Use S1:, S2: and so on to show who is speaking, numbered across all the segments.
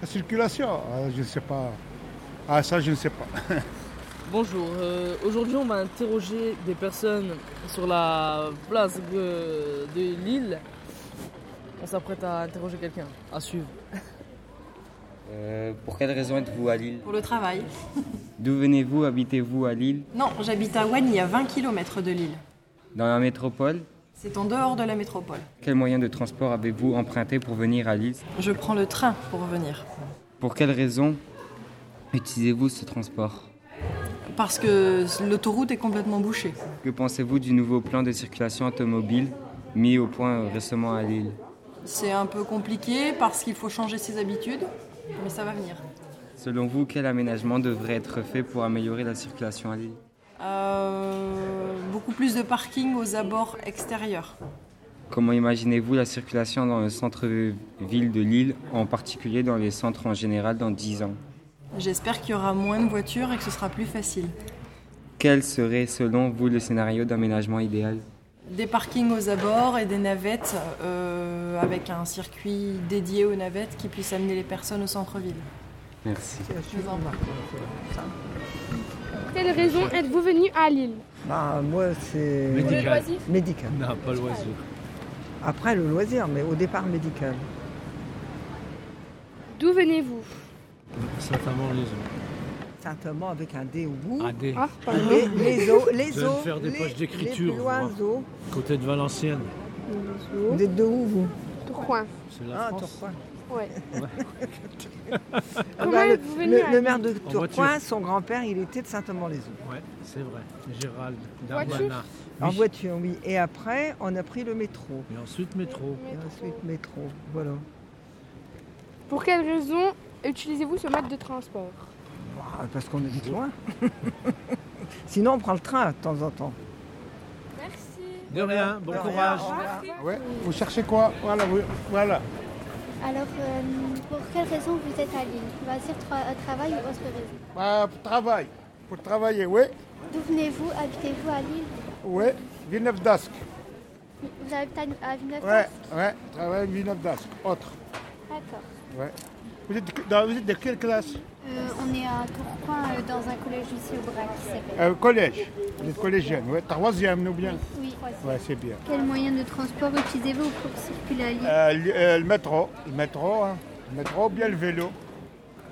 S1: La circulation, ah, je ne sais pas. Ah ça, je ne sais pas.
S2: Bonjour, euh, aujourd'hui on va interroger des personnes sur la place de, de Lille. On s'apprête à interroger quelqu'un, à suivre.
S3: Euh, pour quelle raison êtes-vous à Lille
S4: Pour le travail.
S3: D'où venez-vous Habitez-vous à Lille
S4: Non, j'habite à Wagny, à 20 km de Lille.
S3: Dans la métropole
S4: C'est en dehors de la métropole.
S3: Quels moyens de transport avez-vous emprunté pour venir à Lille
S4: Je prends le train pour revenir.
S3: Pour quelle raison utilisez-vous ce transport
S4: Parce que l'autoroute est complètement bouchée.
S3: Que pensez-vous du nouveau plan de circulation automobile mis au point récemment à Lille
S4: C'est un peu compliqué parce qu'il faut changer ses habitudes, mais ça va venir.
S3: Selon vous, quel aménagement devrait être fait pour améliorer la circulation à Lille
S4: Euh, beaucoup plus de parking aux abords extérieurs.
S3: Comment imaginez-vous la circulation dans le centre-ville de Lille, en particulier dans les centres en général, dans 10 ans
S4: J'espère qu'il y aura moins de voitures et que ce sera plus facile.
S3: Quel serait selon vous le scénario d'aménagement idéal
S4: Des parkings aux abords et des navettes euh, avec un circuit dédié aux navettes qui puisse amener les personnes au centre-ville.
S3: Merci.
S4: Je vous en prie.
S5: Pour quelle raison êtes-vous venu à Lille
S6: Bah, moi, c'est
S5: Pour le loisir
S6: médical.
S7: Non, pas loisir.
S6: Après, le loisir, mais au départ, médical.
S5: D'où venez-vous
S7: Certainement les autres.
S6: Simplement avec un D au bout.
S7: AD,
S5: Ah,
S6: Les, les os,
S7: Je
S6: les
S7: vais me
S6: os.
S7: faire des
S6: les-
S7: poches d'écriture,
S6: Les oiseaux.
S7: côté de Valenciennes.
S6: Vous êtes de où, vous
S5: Tourcoing.
S7: C'est la
S6: Ah,
S7: France.
S6: Tourcoing.
S5: Ouais.
S6: Ah
S5: Comment
S6: bah, le,
S5: êtes-vous venu
S6: le-
S5: à
S6: le
S5: Lille
S6: maire de Tourcoing,
S7: voiture.
S6: son grand-père, il était de Saint-Amand-les-Eaux.
S7: Ouais, c'est vrai. Gérald,
S5: Voiture.
S7: Darmanin.
S6: En
S7: Oui.
S6: voiture, oui. Et après, on a pris le métro.
S7: Et ensuite, métro.
S6: Et ensuite, métro. Voilà.
S5: Pour quelle raison utilisez-vous ce mode de transport
S6: Bah, parce qu'on habite loin. Sinon, on prend le train de temps en temps.
S5: Merci.
S7: De rien, bon
S6: De rien,
S7: courage.
S6: au revoir.
S1: Ah Ouais. Vous cherchez quoi Voilà, vous- voilà.
S8: Alors, euh, pour quelle raison vous êtes à Lille Loisirs, tra- euh, travail ou autre raison
S1: Bah, pour travail. Pour travailler, oui.
S8: D'où venez-vous Habitez-vous à Lille
S1: Oui. Villeneuve d'Ascq.
S8: Vous habitez à- à Villeneuve
S1: Ouais, ouais. Travail Villeneuve d'Ascq. Autre.
S8: D'accord.
S1: Ouais. Vous êtes, de- dans- vous êtes de quelle classe
S8: Euh, on est à Tourcoing euh, dans un collège ici au Brac qui s'appelle.
S1: Euh, Collège. Vous êtes collégienne, ouais. Troisième, nous bien.
S8: Oui.
S1: Ouais, c'est bien.
S8: Quel moyen de transport utilisez-vous pour circuler à
S1: Euh,
S8: Lille
S1: li- euh, le métro. Le métro, hein. Le métro, bien le vélo.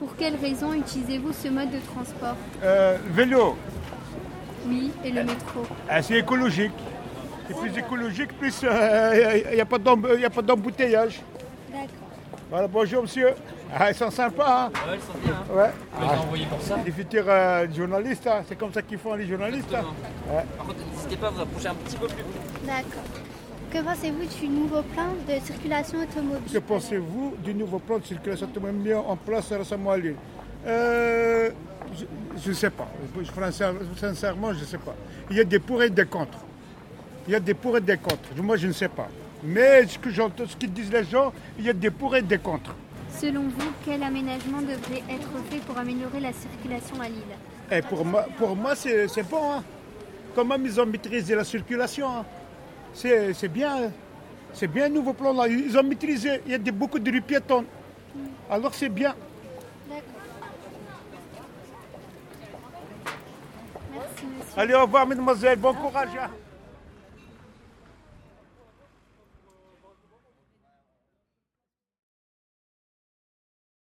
S8: Pour quelle raison utilisez-vous ce mode de transport
S1: Euh, le vélo,
S8: Oui, et le métro.
S1: Ah, c'est écologique. C'est plus écologique, plus euh, il n'y a pas d'emb- y a pas d'embouteillage.
S8: D'accord.
S1: Voilà, bonjour monsieur. Ah, ils sont sympas. Hein ouais, ils sont bien. Ouais. pour ça. Les futurs euh, journalistes, hein. c'est comme ça qu'ils font les journalistes. hein.
S8: D'accord. Que pensez-vous du nouveau plan de circulation automobile
S1: Que pensez-vous du nouveau plan de circulation automobile mis en place récemment à Lille Euh, Je ne sais pas. Je- franchement, Sincèrement, je ne sais pas. Il y a des pour et des contre. Il y a des pour et des contre. Moi, je ne sais pas. Mais ce que j'entends, ce qu'ils disent les gens, il y a des pour et des contre.
S8: Selon vous, quel aménagement devrait être fait pour améliorer la circulation à Lille
S1: Et Eh, pour moi, pour moi c'est c'est bon. hein. Comment ils ont maîtrisé la circulation hein. C'est c'est bien. hein. C'est bien le nouveau plan. Là. Ils ont maîtrisé. Il y a des- beaucoup de rues piétonnes. Alors c'est bien.
S8: D'accord. Merci, monsieur.
S1: Allez, au revoir, mademoiselle. Bon courage. hein.